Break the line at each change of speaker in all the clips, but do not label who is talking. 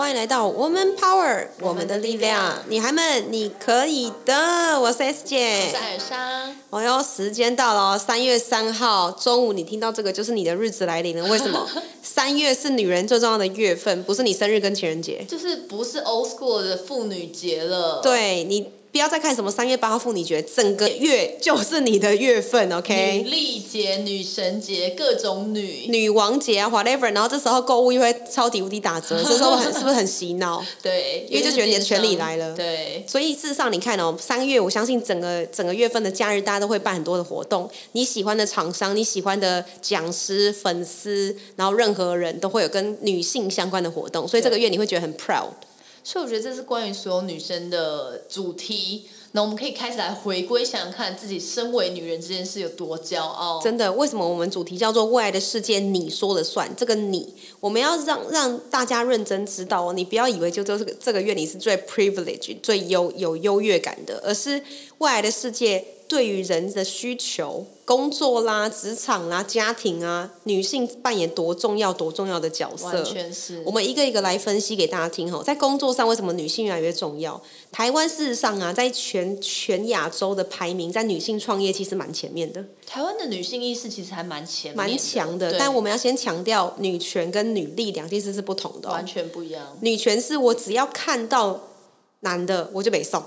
欢迎来到 Woman Power，我们的力量。女孩们，你可以的。我是 S 姐。
晒伤，
我哟，时间到了哦，三月三号中午，你听到这个就是你的日子来临了。为什么？三月是女人最重要的月份，不是你生日跟情人节。
就是不是 old school 的妇女节了。，
对你不要再看什么三月八号妇女节，整个月就是你的月份
女
，OK？
力节、女神节，各种女。
女王节啊，whatever，然后这时候购物又会超级无敌打折，这时候很是不是很洗脑？
对，
因为就觉得你的权利来了
对，
所以事实上，你看哦，三月我相信整个整个月份的假日，大家都会办很多的活动。你喜欢的厂商、你喜欢的讲师、粉丝，然后任何人都会有跟女性相关的活动，所以这个月你会觉得很 proud。
所以我觉得这是关于所有女生的主题。那我们可以开始来回归，想想看自己身为女人这件事有多骄傲。
真的，为什么我们主题叫做“未来的世界你说了算”？这个你，我们要让让大家认真知道哦，你不要以为就这个这个月你是最 privilege、最优有优越感的，而是未来的世界对于人的需求、工作啦、职场啦、家庭啊，女性扮演多重要、多重要的角色
完。全是
我。们一个一个来分析给大家听哈，哦在工作上为什么女性越来越重要？台湾事实上啊，在全全亚洲的排名，在女性创业其实蛮前面的。
台湾的女性意识其实还蛮前面的
蛮强的，
对
但我们要先强调女权跟女力两件事是不同的、哦
完。全不一样。
女权是我只要看到男的我就没 送，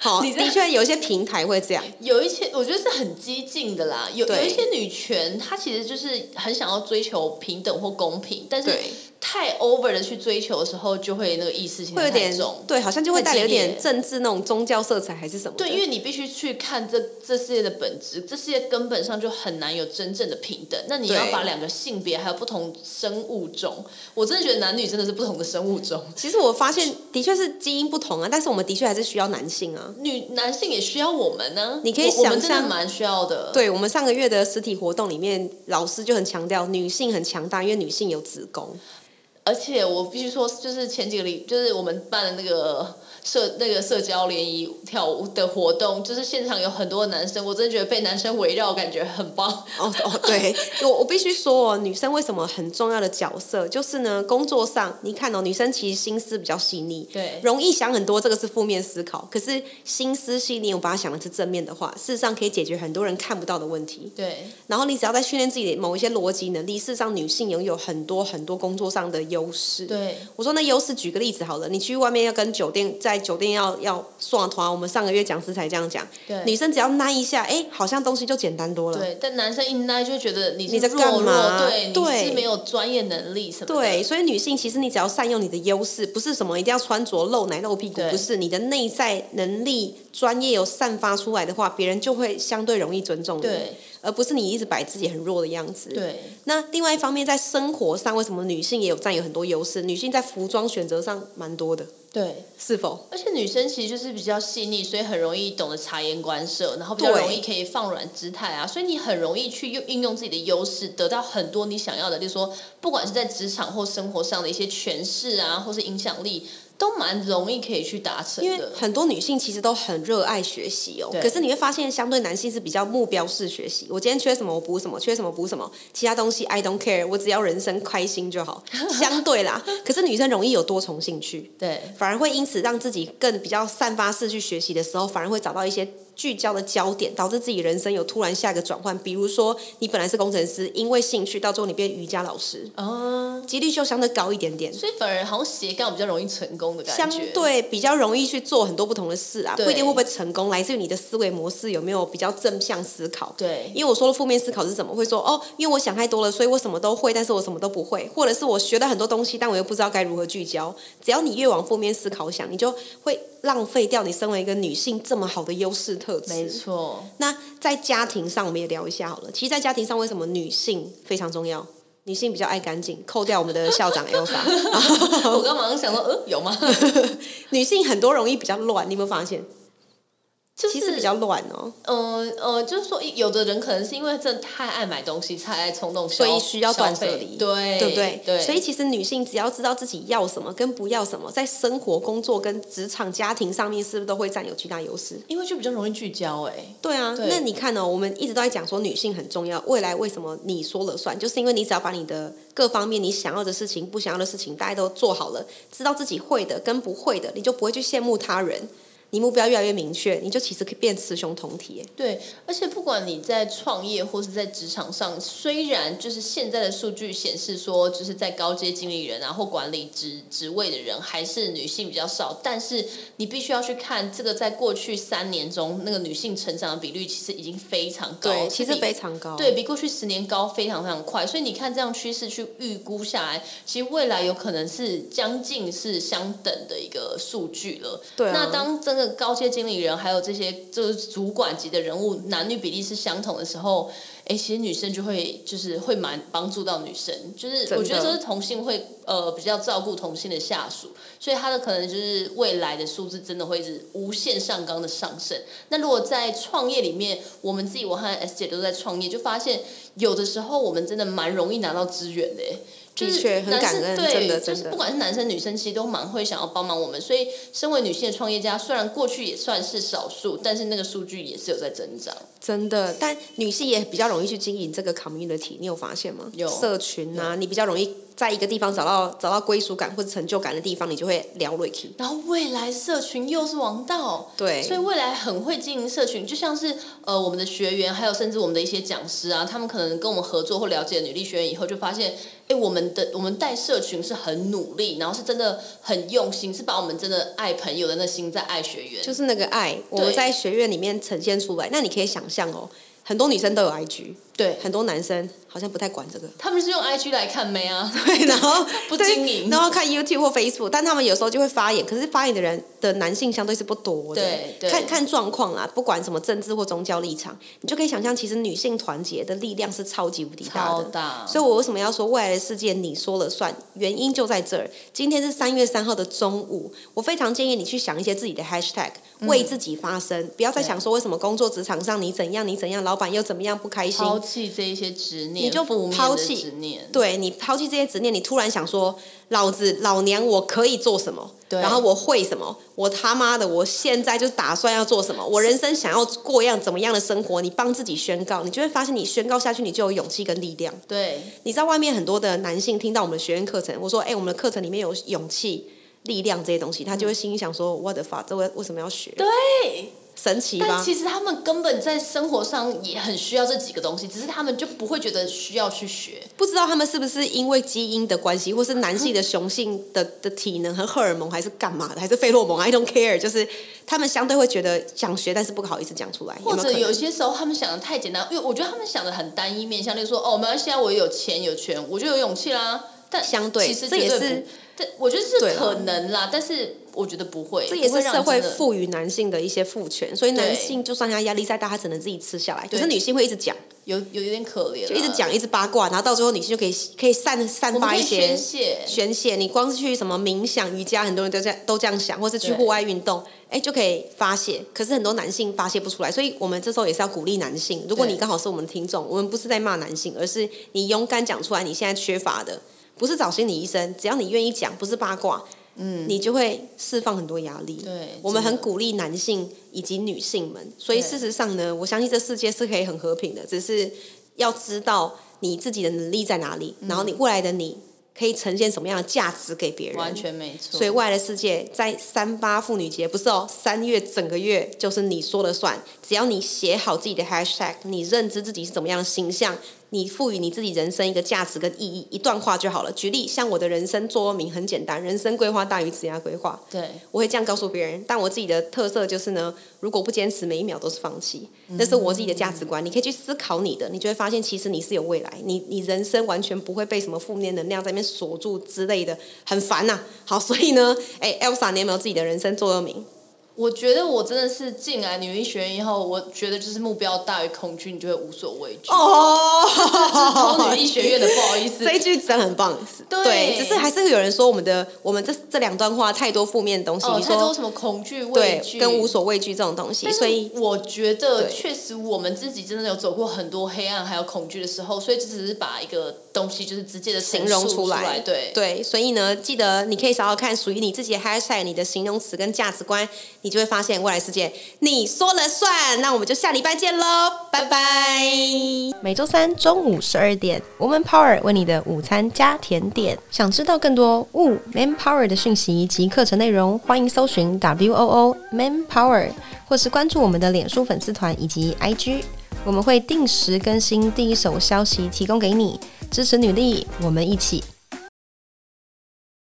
好，
你这
的确有一些平台会这样，
有一些我觉得是很激进的啦，有
对
有一些女权，她其实就是很想要追求平等或公平，但是
对
太 over 的去追求的时候，就会那个意识形
会有
态太
点
重。
对，好像就会带有
太激烈
点政治那种宗教色彩还是什么的。
对，因为你必须去看这这世界的本质，这世界根本上就很难有真正的平等。那你
对
要把两个性别还有不同生物种，我真的觉得男女真的是不同的生物种。
其实我发现的确是基因不同啊，但是我们的确还是需要男性啊。
女男性也需要我们呢、
你可以
我我们
想
真的
象
蛮需要的。
对我们上个月的实体活动里面，老师就很强调女性很强大，因为女性有子宫。
而且我必须说，就是前几个礼，就是我们办的那个社那个社交联谊跳舞的活动，就是现场有很多的男生，我真的觉得被男生围绕，感觉很棒。
哦哦，对，我我必须说、哦，女生为什么很重要的角色，就是呢，工作上你看哦，女生其实心思比较细腻，
对
容易想很多，这个是负面思考。可是心思细腻，我把它想的是正面的话，事实上可以解决很多人看不到的问题。
对，
然后你只要在训练自己的某一些逻辑能力，事实上女性拥有很多很多工作上的优势。
对，
我说那优势，举个例子好了，你去外面要跟酒店在酒店要要算团，我们上个月讲师才这样讲，
对
女生只要耐一下，哎，好像东西就简单多了。
对，但男生一来就会觉得你是
你在干
弱
嘛
弱对，
对
你是没有专业能力什么的。
对，，所以女性其实你只要善用你的优势，不是什么一定要穿着露奶露屁股，
对
不是你的内在能力、专业有散发出来的话，别人就会相对容易尊重你
对，
而不是你一直摆自己很弱的样子。
对，
那另外一方面，在生活上，为什么女性也有占有很多优势？女性在服装选择上蛮多的，
对。
是否？
而且女生其实就是比较细腻，所以很容易懂得察言观色，然后比较
对
容易可以放软姿态啊，所以你很容易去用运用自己的优势，得到很多你想要的，就是说不管是在职场或生活上的一些诠释啊，或是影响力，都蛮容易可以去达成
因为
的。
很多女性其实都很热爱学习哦，
对
可是你会发现，相对男性是比较目标式学习。我今天缺什么我补什么，缺什么补什么，其他东西 I don't care，我只要人生开心就 好。相对啦，可是女生容易有多重兴趣，
对
反而会因此让自己更比较散发式去学习的时候，反而会找到一些聚焦的焦点，导致自己人生有突然下一个转换。比如说，你本来是工程师，因为兴趣到最后你变瑜伽老师，
哦，
几率就相对高一点点。
所以反而好像斜杠比较容易成功的感
相
觉。
对比较容易去做很多不同的事啊，
对
不一定会不会成功，来自于你的思维模式有没有比较正向思考。
对
因为我说的负面思考是什么？会说哦，因为我想太多了，所以我什么都会，但是我什么都不会，或者是我学了很多东西，但我又不知道该如何聚焦。只要你越往负面思考想，你就会浪费掉你身为一个女性这么好的优势特质。
没错。
那在家庭上，我们也聊一下好了。其实，在家庭上，为什么女性非常重要？女性比较爱干净，扣掉我们的校长 Elsa，
我刚马上想到，呃，有吗？
女性很多容易比较乱，你有没有发现？
就
其
是
实比较乱哦，
嗯呃，就是说，有的人可能是因为真的太爱买东西，太爱冲动消
所
费，
以需要断舍离，
消费对
对不对？
对，
所以其实女性只要知道自己要什么跟不要什么，在生活、工作跟职场、家庭上面，是不是都会占有巨大优势？
因为就比较容易聚焦哎、欸
对啊，
对
那你看呢、我们一直都在讲说女性很重要，未来为什么你说了算？就是因为你只要把你的各方面你想要的事情、不想要的事情，大家都做好了，知道自己会的跟不会的，你就不会去羡慕他人。你目标越来越明确，你就其实可以变雌雄同体耶。
对，而且不管你在创业或是在职场上，虽然就是现在的数据显示说，就是在高阶经理人啊或管理职职位的人还是女性比较少，但是你必须要去看这个在过去三年中那个女性成长的比率，其实已经非常高，
对，
是
其实
比
非常高。
对比过去十年高非常非常快，所以你看这样趋势去预估下来，其实未来有可能是将近是相等的一个数据了。
对啊
那当这个高阶经理人还有这些就是主管级的人物男女比例是相同的时候，哎，其实女生就会就是会蛮帮助到女生，就是
真
我
的
觉得这是同性会呃比较照顾同性的下属，所以他的可能就是未来的数字真的会是无限上纲的上升。那如果在创业里面，我们自己我和 S 姐都在创业，就发现有的时候我们真的蛮容易拿到资源的耶。就是
的确很
男
感
生
恩
对，
真的
就
真
是
的
不管是男生女生，其实都蛮会想要帮忙我们。所以，身为女性的创业家，虽然过去也算是少数，但是那个数据也是有在增长。
真的，但女性也比较容易去经营这个 community，你有发现吗？
有
社群啊，你比较容易在一个地方找到找到归属感或者成就感的地方，你就会聊 r i k
然后未来社群又是王道，
对
所以未来很会经营社群，就像是呃我们的学员，还有甚至我们的一些讲师啊，他们可能跟我们合作或了解女力学院以后，就发现，哎，我们的我们带社群是很努力，然后是真的很用心，是把我们真的爱朋友的那心在爱学员，
就是那个爱，我们在学院里面呈现出来。那你可以想象哦，很多女生都有 IG，
对，
很多男生好像不太管这个，
他们是用 IG 来看妹啊，
对， 然后
不
对
经营
然后看 YouTube 或 Facebook，但他们有时候就会发言，可是发言的人的男性相对是不多的，
对对
看看状况啦，不管什么政治或宗教立场，你就可以想象，其实女性团结的力量是超级无敌大
超
的。
大，
所以我为什么要说未来的世界你说了算？原因就在这儿。今天是三月三号的中午，我非常建议你去想一些自己的 hashtag，为
嗯
自己发声，不要再想说为什么工作职场上你怎样你怎样，老板又怎么样不开心。
抛弃这一些执念，
你就
负面
抛
的
弃
执念，
对你抛弃这些执念，你突然想说，老子老娘我可以做什么？
对
然后我会什么？我他妈的，我现在就打算要做什么？我人生想要过样怎么样的生活？你帮自己宣告，你就会发现，你宣告下去，你就有勇气跟力量。
对，
你知道外面很多的男性听到我们的学院课程，我说，哎、我们的课程里面有勇气、力量这些东西，他就会心里想说，我的 fuck，这为为什么要学？
对。
神奇
但
吧？
其实他们根本在生活上也很需要这几个东西，只是他们就不会觉得需要去学。
不知道他们是不是因为基因的关系，或是男性的雄性的的体能和荷尔蒙，还是干嘛的，还是费洛蒙？I don't care，就是他们相对会觉得想学，但是不好意思讲出来，有
或
没有
者
可能？
有些时候他们想的太简单，因为我觉得他们想的很单一面向，例如说哦，没关系啊，我有钱有权，我就有勇气啦。但
相对
其实
这也
绝对
是
不，但我觉得是
对啦
可能啦，但是我觉得不会，
这也
不会
是
让
社会
真的
赋予男性的一些赋权，所以男
对
性就算他压力再大，他只能自己吃下来。可
对
是女性会一直讲，
有有有点可怜啦，
就一直讲，一直八卦，然后到最后女性就可以可以散散
我们
发
可
一
以
些
宣泄，
宣泄。你光是去什么冥想、瑜伽，很多人都这样都这样想，或是去
对
户外运动，哎，就可以发泄。可是很多男性发泄不出来，所以我们这时候也是要鼓励男性。如果
对
你刚好是我们的听众，我们不是在骂男性，而是你勇敢讲出来你现在缺乏的，不是找心理医生，只要你愿意讲，不是八卦。嗯，你就会释放很多压力。
对
我们
真
很
的
鼓励男性以及女性们，所以
对
事实上呢，我相信这世界是可以很和平的，只是要知道你自己的能力在哪里，
嗯
然后你未来的你可以呈现什么样的价值给别人。
完全没错。
所以未来的世界在三八妇女节不是哦，三月整个月就是你说了算。只要你写好自己的 hashtag，你认知自己是怎么样的形象，你赋予你自己人生一个价值跟意义，一段话就好了。举例，像我的人生座右铭很简单，人生规划大于职业规划。
对，
我会这样告诉别人，但我自己的特色就是呢，如果不坚持，每一秒都是放弃，那是我自己的价值观。你可以去思考你的，你就会发现其实你是有未来，你你人生完全不会被什么负面能量在那边锁住之类的，很烦呐、好，所以呢，哎，Elsa，你有没有自己的人生座右铭？
我觉得我真的是进来女医学院以后，我觉得就是目标大于恐惧，你就会无所畏惧。
哦，
偷女医学院的，不好意 思
这，一句真的很棒。
对
只是还是有人说我们的我们这这两段话太多负面的东西，
哦，
你
太多
说
什么恐惧、畏
对
惧
跟无所畏惧这种东西，
但是
所以
我觉得
对
确实我们自己真的有走过很多黑暗还有恐惧的时候，所以这只是把一个东西就是直接的
形容
出
出来
对。
对，所以呢，记得你可以找找看属于你自己的 hashtag，你的形容词跟价值观，你就会发现未来世界你说了算。那我们就下礼拜见喽，拜拜。每周三中午十二点，Woman Power 为你的午餐加甜点。想知道更多 Wo Man Power 的讯息及课程内容，欢迎搜寻 W O O Man Power，或是关注我们的脸书粉丝团以及 IG。我们会定时更新第一手消息，提供给你支持女力，我们一起。